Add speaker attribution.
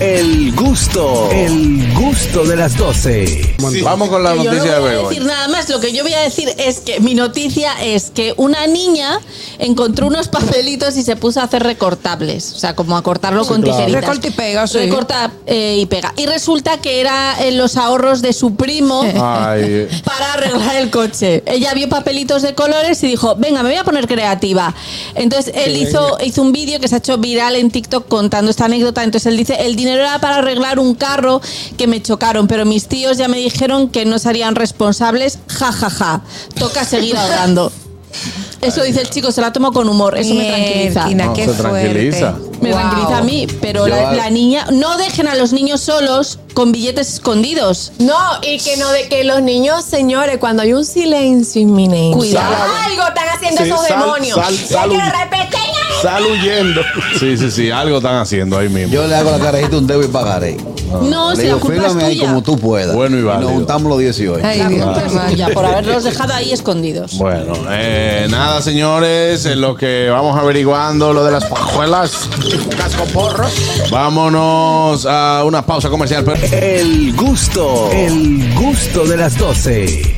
Speaker 1: El gusto, el gusto de las 12.
Speaker 2: Sí. Vamos con la
Speaker 3: Yo no voy
Speaker 2: noticia de
Speaker 3: a decir
Speaker 2: Begoña.
Speaker 3: nada más, lo que yo voy a decir es que mi noticia es que una niña encontró unos papelitos y se puso a hacer recortables, o sea, como a cortarlo con tijeritas.
Speaker 4: Recorta y pega, sí.
Speaker 3: Recorta eh, y pega. Y resulta que era en los ahorros de su primo
Speaker 2: Ah, Ay, eh.
Speaker 3: para arreglar el coche. Ella vio papelitos de colores y dijo, venga, me voy a poner creativa. Entonces él hizo, hizo un vídeo que se ha hecho viral en TikTok contando esta anécdota. Entonces él dice, el dinero era para arreglar un carro que me chocaron, pero mis tíos ya me dijeron que no serían responsables. Ja, ja, ja. Toca seguir ahorrando. Eso dice el chico, se la tomo con humor, eso me tranquiliza.
Speaker 4: Mierquina,
Speaker 2: No,
Speaker 4: qué
Speaker 2: se
Speaker 4: fuerte.
Speaker 2: tranquiliza.
Speaker 3: Me
Speaker 4: Guau.
Speaker 3: tranquiliza a mí, pero
Speaker 2: Yo
Speaker 3: la,
Speaker 2: al-
Speaker 3: la niña... No dejen a los niños solos con billetes escondidos.
Speaker 5: No, y que no de que los niños, señores, cuando hay un silencio inminente,
Speaker 3: Cuidado.
Speaker 5: algo están haciendo
Speaker 6: Sí,
Speaker 5: esos
Speaker 6: sal-
Speaker 5: demonios.
Speaker 6: sal-
Speaker 5: Y
Speaker 6: sal-
Speaker 5: hay que respetar.
Speaker 6: Sal huyendo.
Speaker 2: sí, sí, sí, algo están haciendo ahí mismo.
Speaker 7: Yo le hago la carajita un dedo y pagaré.
Speaker 3: No,
Speaker 7: Ah, le
Speaker 3: si la
Speaker 7: digo,
Speaker 3: culpa es
Speaker 7: fírmame ahí
Speaker 3: tuya.
Speaker 7: como tú puedas.
Speaker 2: Bueno y válido.
Speaker 7: nos juntamos los 18.
Speaker 4: Ay,
Speaker 3: La
Speaker 4: Dios.
Speaker 3: culpa es tuya por haberlos dejado ahí escondidos.
Speaker 2: Bueno, eh, nada, señores, en lo que vamos averiguando, lo de las pajuelas, cascoporros. Vámonos a una pausa comercial. pero-
Speaker 1: El gusto, el gusto de las 12.